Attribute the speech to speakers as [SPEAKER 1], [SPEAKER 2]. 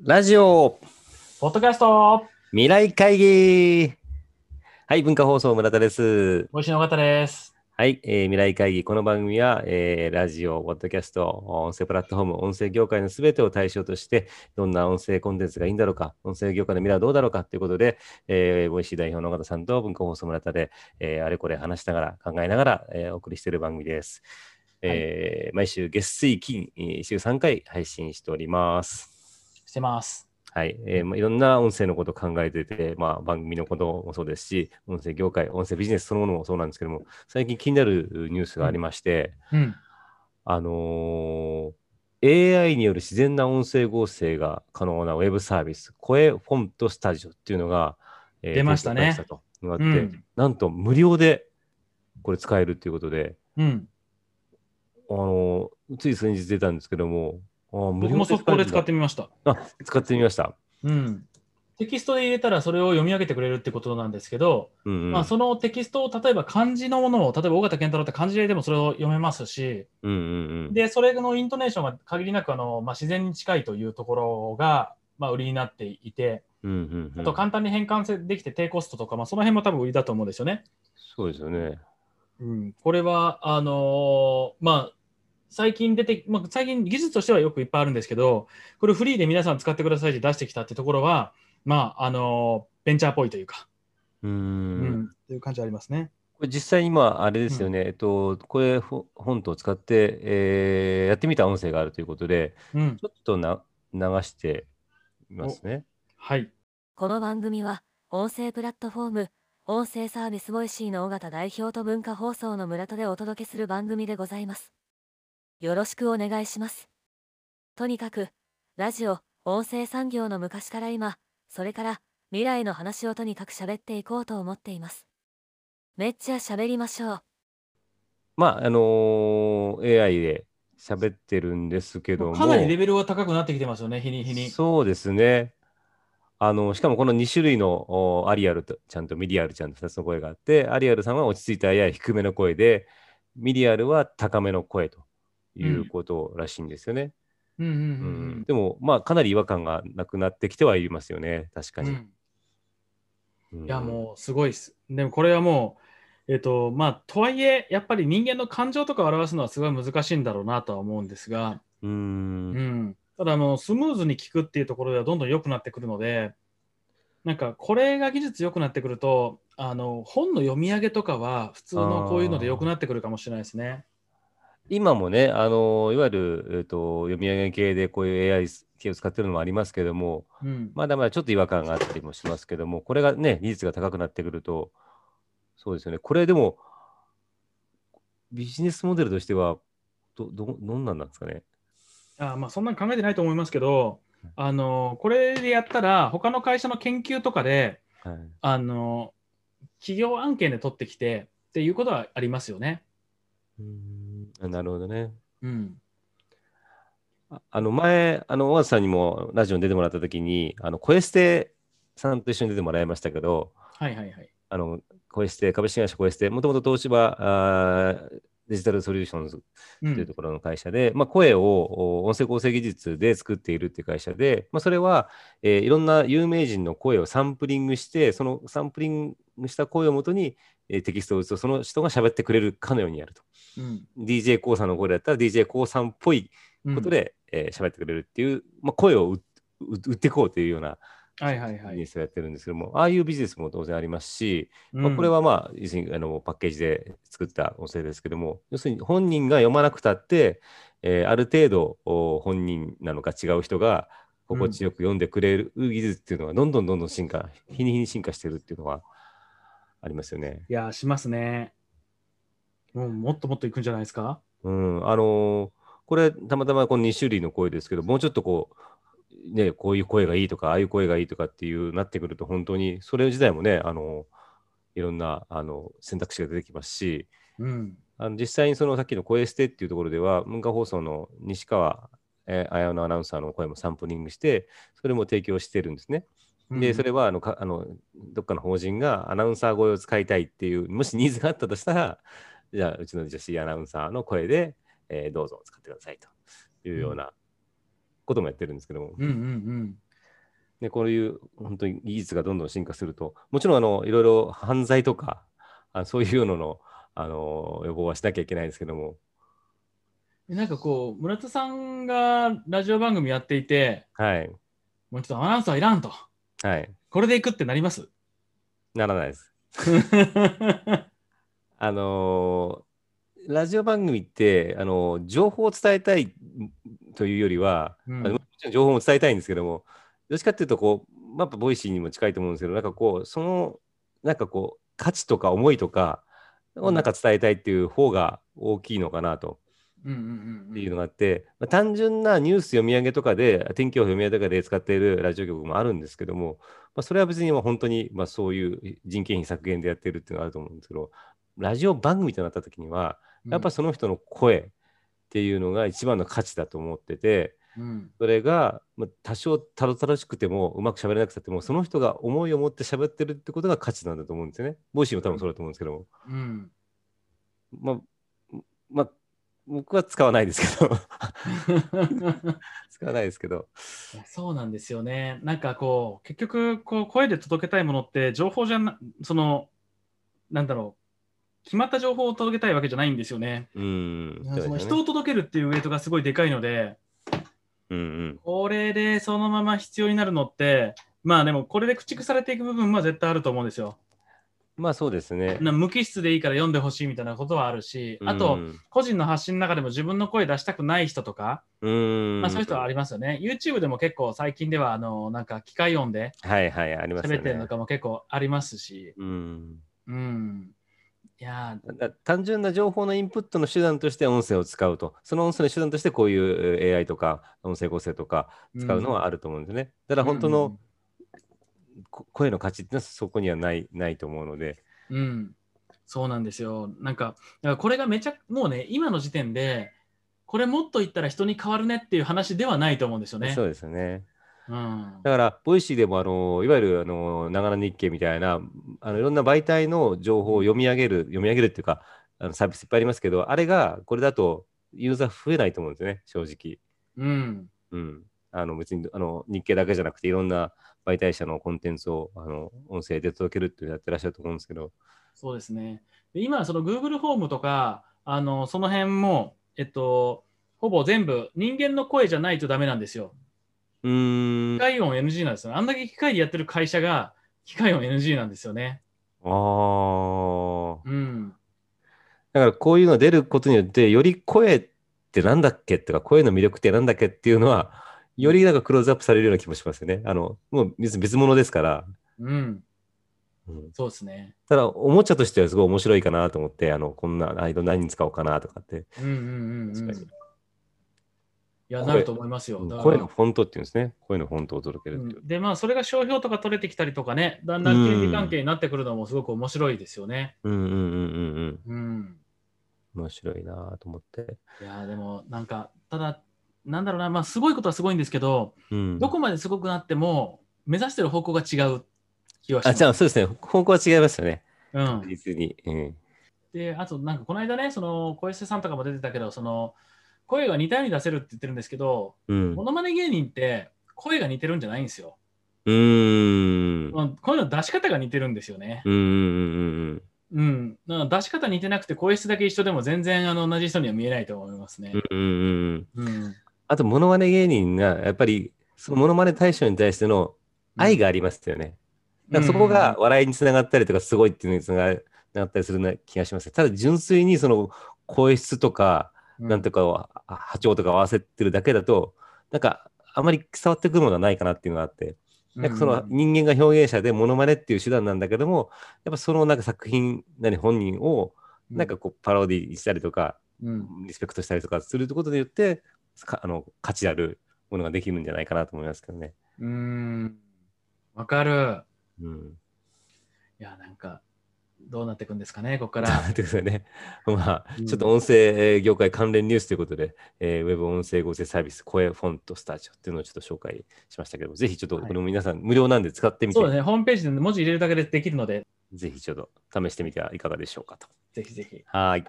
[SPEAKER 1] ラジオ
[SPEAKER 2] ポッドキャスト、
[SPEAKER 1] 未来会議はい、文化放送村田です。
[SPEAKER 2] 美味しいの方です。
[SPEAKER 1] はい、えー未来会議。この番組は、えーラジオ、ポッドキャスト、音声プラットフォーム、音声業界のすべてを対象として、どんな音声コンテンツがいいんだろうか、音声業界の未来はどうだろうかということで、えー、ボイシー代表の方さんと文化放送村田で、えーあれこれ話しながら、考えながら、えーお送りしている番組です。えー毎週月水金、えー週3回配信しております。
[SPEAKER 2] してます。
[SPEAKER 1] はい、えーまあ、いろんな音声のことを考えてて、まあ、番組のこともそうですし、音声業界、音声ビジネスそのものもそうなんですけども、最近気になるニュースがありまして、
[SPEAKER 2] うん。
[SPEAKER 1] あのー AI による自然な音声合成が可能なウェブサービス、声フォントスタジオっていうのが、えー
[SPEAKER 2] 出ました
[SPEAKER 1] 提
[SPEAKER 2] ね
[SPEAKER 1] 供されたとなって、
[SPEAKER 2] うん。
[SPEAKER 1] なんと無料でこれ使えるということで、
[SPEAKER 2] うん。
[SPEAKER 1] あのーつい先日出たんですけども、あー無
[SPEAKER 2] 僕
[SPEAKER 1] 料
[SPEAKER 2] も
[SPEAKER 1] で使えるんだ
[SPEAKER 2] そこで使ってみました。
[SPEAKER 1] 使ってみました。
[SPEAKER 2] うん。テキストで入れたらそれを読み上げてくれるってことなんですけど、
[SPEAKER 1] うんうん
[SPEAKER 2] まあそのテキストを例えば漢字のものを、例えば尾形健太郎って漢字で入れてもそれを読めますし、
[SPEAKER 1] うんうんうん
[SPEAKER 2] で、それのイントネーションが限りなくあの、まあ、自然に近いというところが、まあ、売りになっていて、
[SPEAKER 1] うんうんうん
[SPEAKER 2] あと簡単に変換せできて低コストとか、まあ、その辺も多分売りだと思うんですよね。
[SPEAKER 1] そうですよね。
[SPEAKER 2] うん、これは、あのーまあ、最近出て、まあ、最近技術としてはよくいっぱいあるんですけど、これフリーで皆さん使ってくださいって出してきたってところは、まあ、あのーベンチャーっぽいというか、
[SPEAKER 1] うー。
[SPEAKER 2] うんという感じありますね。
[SPEAKER 1] これ実際今、あれですよね、えっと、これ、フォフォントを使って、えーやってみた音声があるということで、
[SPEAKER 2] うん、
[SPEAKER 1] ちょっとな流してみますね。
[SPEAKER 2] はい。
[SPEAKER 3] この番組は音声プラットフォーム音声サービスボイシーの尾形代表と文化放送の村田でお届けする番組でございますよろしくお願いしますとにかくラジオ音声産業の昔から今それから未来の話をとにかく喋っていこうと思っていますめっちゃ喋りましょう
[SPEAKER 1] まあ、あのー AI で喋ってるんですけども、
[SPEAKER 2] かなりレベルは高くなってきてますよね、日に日に。
[SPEAKER 1] そうですね。あのしかもこの2種類のおアリアルとちゃんとミリアルちゃんと2つの声があって、アリアルさんは落ち着いたやや低めの声で、ミリアルは高めの声ということらしいんですよね。
[SPEAKER 2] うんうん
[SPEAKER 1] うんでも、まあ、かなり違和感がなくなってきてはいますよね、確か
[SPEAKER 2] うんうん。う
[SPEAKER 1] に。
[SPEAKER 2] ん
[SPEAKER 1] うん
[SPEAKER 2] いや、もうすごいです。でもこれはもう、えっ、と、まあ、とはいえ、やっぱり人間の感情とかを表すのはすごい難しいんだろうなとは思うんですが、
[SPEAKER 1] うーん。
[SPEAKER 2] うん、ただあの、スムーズに効くっていうところではどんどん良くなってくるので、なんかこれが技術良くなってくると、あの本の読み上げとかは普通のこういうので良くなってくるかもしれないですね。
[SPEAKER 1] 今もね、あのいわゆる、えっと読み上げ系でこういう AI 系を使ってるのもありますけども、
[SPEAKER 2] うん、
[SPEAKER 1] まだまだちょっと違和感があったりもしますけども、これがね、技術が高くなってくると、そうですよね。これでも、ビジネスモデルとしては、ど、ど、どんなんなんですかね。
[SPEAKER 2] あまあそんなの考えてないと思いますけど、あのこれでやったら他の会社の研究とかで
[SPEAKER 1] はい。
[SPEAKER 2] あの企業案件で取ってきてっていうことはありますよね。
[SPEAKER 1] うーんあなるほどね。
[SPEAKER 2] うん、
[SPEAKER 1] ああの前、あの大和さんにもラジオに出てもらったときに、あの声捨てさんと一緒に出てもらいましたけど、
[SPEAKER 2] はいはいはい。
[SPEAKER 1] あの声捨て、株式会社声捨て、もともと東芝あーデジタルソリューションズ
[SPEAKER 2] う
[SPEAKER 1] というんところの会社で、まあ、声をお音声合成技術で作っているっていう会社で、まあ、それは、えーいろんな有名人の声をサンプリングして、そのサンプリングした声をもとに、えーテキストを打つと、その人が喋ってくれるかのようにやると。
[SPEAKER 2] うん、
[SPEAKER 1] d j k o さんの声だったら d j k o さんっぽい
[SPEAKER 2] うん
[SPEAKER 1] ことで、えー喋ってくれるっていう、まあ、声をうう売っていこうというような
[SPEAKER 2] はいはい
[SPEAKER 1] ビ
[SPEAKER 2] は
[SPEAKER 1] ジネ
[SPEAKER 2] い。
[SPEAKER 1] スをやってるんですけども、ああいうビジネスも当然ありますし、ま
[SPEAKER 2] う
[SPEAKER 1] あ、
[SPEAKER 2] ん
[SPEAKER 1] これはまあ、要するにあのパッケージで作った音声ですけども、要するに本人が読まなくたって、えーある程度お本人なのか違う人が心地よく読んでくれる技術っていうのは、どんどんどんどん進化、日に日に進化してるっていうのはありますよね。
[SPEAKER 2] いやー、しますね。もうもっともっといくんじゃないですか。
[SPEAKER 1] うん、あのーこれ、たまたまこの2種類の声ですけど、もうちょっとこう、ね、こういう声がいいとか、ああいう声がいいとかっていうなってくると、本当にそれ自体もね、あのいろんなあの選択肢が出てきますし、
[SPEAKER 2] うん。
[SPEAKER 1] あの実際にそのさっきの声捨てっていうところでは、文化放送の西川えー綾乃アナウンサーの声もサンプリングして、それも提供してるんですね。で、それはあのかあのどっかの法人がアナウンサー声を使いたいっていう、もしニーズがあったとしたら、じゃあ、うちの女子アナウンサーの声で、えーどうぞ使ってくださいというようなこともやってるんですけども、
[SPEAKER 2] うんうんうん。
[SPEAKER 1] で、こういう本当に技術がどんどん進化すると、もちろんあのいろいろ犯罪とか、あそういうののあの予防はしなきゃいけないんですけども。
[SPEAKER 2] なんかこう、村田さんがラジオ番組やっていて、
[SPEAKER 1] はい。
[SPEAKER 2] もうちょっとアナウンサーいらんと、
[SPEAKER 1] はい。
[SPEAKER 2] これでいくってなります
[SPEAKER 1] ならないです。あのーラジオ番組って、あのー情報を伝えたいというよりは、
[SPEAKER 2] う
[SPEAKER 1] あの
[SPEAKER 2] ん
[SPEAKER 1] もちろん情報も伝えたいんですけども、どっちかっていうとこう、まあやっぱボイシーにも近いと思うんですけど、なんかこう、その、なんかこう、価値とか思いとかをなんか伝えたいっていう方が大きいのかなと。
[SPEAKER 2] うんうん
[SPEAKER 1] っ
[SPEAKER 2] うん
[SPEAKER 1] ていうのがあって、まあ、単純なニュース読み上げとかで、天気予報読み上げとかで使っているラジオ局もあるんですけども、まあ、それは別にまあ本当にまあそういう人件費削減でやってるっていうのがあると思うんですけど、ラジオ番組となった時には、やっぱその人の声っていうのが一番の価値だと思ってて、
[SPEAKER 2] うん
[SPEAKER 1] それがまあ多少たどたどしくても、うまく喋れなくたっても、その人が思いを持って喋ってるってことが価値なんだと思うんですよね。ボイシーも多分そうだと思うんですけども。
[SPEAKER 2] うん
[SPEAKER 1] まあ、まあ、僕は使わないですけど、 使わないですけど。
[SPEAKER 2] いやそうなんですよね。なんかこう、結局、こう、声で届けたいものって、情報じゃな、その、なんだろう、決まった情報を届けたいわけじゃないんですよね。
[SPEAKER 1] うん。そうです
[SPEAKER 2] そ
[SPEAKER 1] よ
[SPEAKER 2] の
[SPEAKER 1] ね
[SPEAKER 2] 人を届けるっていうウェイトがすごいでかいので、
[SPEAKER 1] うんうん。
[SPEAKER 2] これでそのまま必要になるのって、まあでも、これで駆逐されていく部分は絶対あると思うんですよ。
[SPEAKER 1] まあそうですね。
[SPEAKER 2] な無機質でいいから読んでほしいみたいなことはあるし、あ
[SPEAKER 1] う
[SPEAKER 2] と、
[SPEAKER 1] ん
[SPEAKER 2] 個人の発信の中でも自分の声出したくない人とか、
[SPEAKER 1] うん。
[SPEAKER 2] まあ、そういう人はありますよね。YouTube でも結構最近では、あの、なんか機械音で
[SPEAKER 1] はいはい、ありますよね。
[SPEAKER 2] 喋ってるのかも結構ありますし、
[SPEAKER 1] うん。
[SPEAKER 2] うん。いやー
[SPEAKER 1] だ単純な情報のインプットの手段として音声を使うと、その音声の手段としてこういうえー AI とか音声合成とか使うのはあると思うんですね。ただから本当の、こ声の価値ってのはそこにはないないと思うので。
[SPEAKER 2] うん、うんそうなんですよ。なんか、だからこれがめちゃ、もうね、今の時点で、これもっと言ったら人に変わるねっていう話ではないと思うんですよね。
[SPEAKER 1] そうですね。
[SPEAKER 2] うん
[SPEAKER 1] だから、ボイシーでも、あの、いわゆる、あの、ながら日経みたいな、あの、いろんな媒体の情報を読み上げる、読み上げるっていうか、あのサービスいっぱいありますけど、あれが、これだと、ユーザー増えないと思うんですよね、正直。
[SPEAKER 2] うん。
[SPEAKER 1] うん。あの、別に、あの、日経だけじゃなくて、いろんな媒体社のコンテンツを、あの、音声で届けるっていうのをやってらっしゃると思うんですけど、
[SPEAKER 2] そうですね。で今、その Google ホームとか、あの、その辺も、えっと、ほぼ全部人間の声じゃないとダメなんですよ。
[SPEAKER 1] うー
[SPEAKER 2] 機
[SPEAKER 1] ん。
[SPEAKER 2] 械音 NG なんですよね。あんだけ機械でやってる会社が機械音 NG なんですよね。
[SPEAKER 1] ああ。
[SPEAKER 2] うん。
[SPEAKER 1] だから、こういうの出ることによって、より声ってなんだっけとか、声の魅力ってなんだっけっていうのは、よりなんかクローズアップされるような気もしますよね。あの、もう別別物ですから。
[SPEAKER 2] うん。
[SPEAKER 1] うん
[SPEAKER 2] そうですね。
[SPEAKER 1] ただ、おもちゃとしてはすごい面白いかなと思って、あの、こんな、あいろんな何に使おうかなとかって、
[SPEAKER 2] うんうんう
[SPEAKER 1] 確
[SPEAKER 2] ん、う
[SPEAKER 1] か
[SPEAKER 2] ん。
[SPEAKER 1] に
[SPEAKER 2] いや、
[SPEAKER 1] 声
[SPEAKER 2] なると思いますよ。だから
[SPEAKER 1] 声のフォントっていうんですね。声のフォントを届ける
[SPEAKER 2] う
[SPEAKER 1] ってい
[SPEAKER 2] ん
[SPEAKER 1] う。
[SPEAKER 2] で、まあ、それが商標とか取れてきたりとかね、だんだん権利関係になってくるのもすごく面白いですよね。
[SPEAKER 1] うんうんうんうんうん。
[SPEAKER 2] うん。
[SPEAKER 1] 面白いなと思って。
[SPEAKER 2] いや、でも、なんか、ただ、なんだろうな、まあ、すごいことはすごいんですけど、
[SPEAKER 1] うん。
[SPEAKER 2] どこまですごくなっても、目指してる方向が違う気はし
[SPEAKER 1] あ、
[SPEAKER 2] ます。
[SPEAKER 1] じゃあそうですね。方向は違いますよね。
[SPEAKER 2] うん。
[SPEAKER 1] 実に。うん。
[SPEAKER 2] で、あと、なんかこの間ね、その小石さんとかも出てたけど、その声が似たように出せるって言ってるんですけど、
[SPEAKER 1] うん
[SPEAKER 2] も。のまね芸人って声が似てるんじゃないんですよ。
[SPEAKER 1] うーん。
[SPEAKER 2] まあ、声の出し方が似てるんですよね。
[SPEAKER 1] うんうんうん
[SPEAKER 2] うん。なんか出し方似てなくて、声質だけ一緒でも全然あの同じ人には見えないと思いますね
[SPEAKER 1] うん。。うんうんうんうん。
[SPEAKER 2] うん。
[SPEAKER 1] あと、モノマネ芸人が、やっぱり、そのモノマネ対象に対しての愛がありますよね。だからそこが笑いにつながったりとか、すごいっていうのにつながったりするな気がします。ただ、純粋にその声質とか、
[SPEAKER 2] うん、
[SPEAKER 1] なんとかを、あ波長とかを合わせてるだけだと、なんか、あまり伝わってくるものがないかなっていうのがあって、なんかその人間が表現者でモノマネっていう手段なんだけども、やっぱそのなんか作品なり本人を、
[SPEAKER 2] う
[SPEAKER 1] なんか、こう、パロディしたりとか、
[SPEAKER 2] うん、
[SPEAKER 1] リスペクトしたりとかすることによってかあの価値あるものができるんじゃないかなと思いますけどね。
[SPEAKER 2] うん。わかる。
[SPEAKER 1] うん、
[SPEAKER 2] いや、なんか、どうなっていくんですかね、ここか
[SPEAKER 1] と
[SPEAKER 2] ら。
[SPEAKER 1] いうことでね、まあ、
[SPEAKER 2] うん
[SPEAKER 1] ちょっと音声業界関連ニュースということで、えーウェブ音声合成サービス、声フォントスタジオっていうのをちょっと紹介しましたけども、ぜひちょっとこれも皆さん、無料なんで使ってみて、
[SPEAKER 2] そうですね、ホームページで文字入れるだけでできるので、
[SPEAKER 1] ぜひちょっと試してみてはいかがでしょうかと。
[SPEAKER 2] ぜひぜひ。
[SPEAKER 1] はい。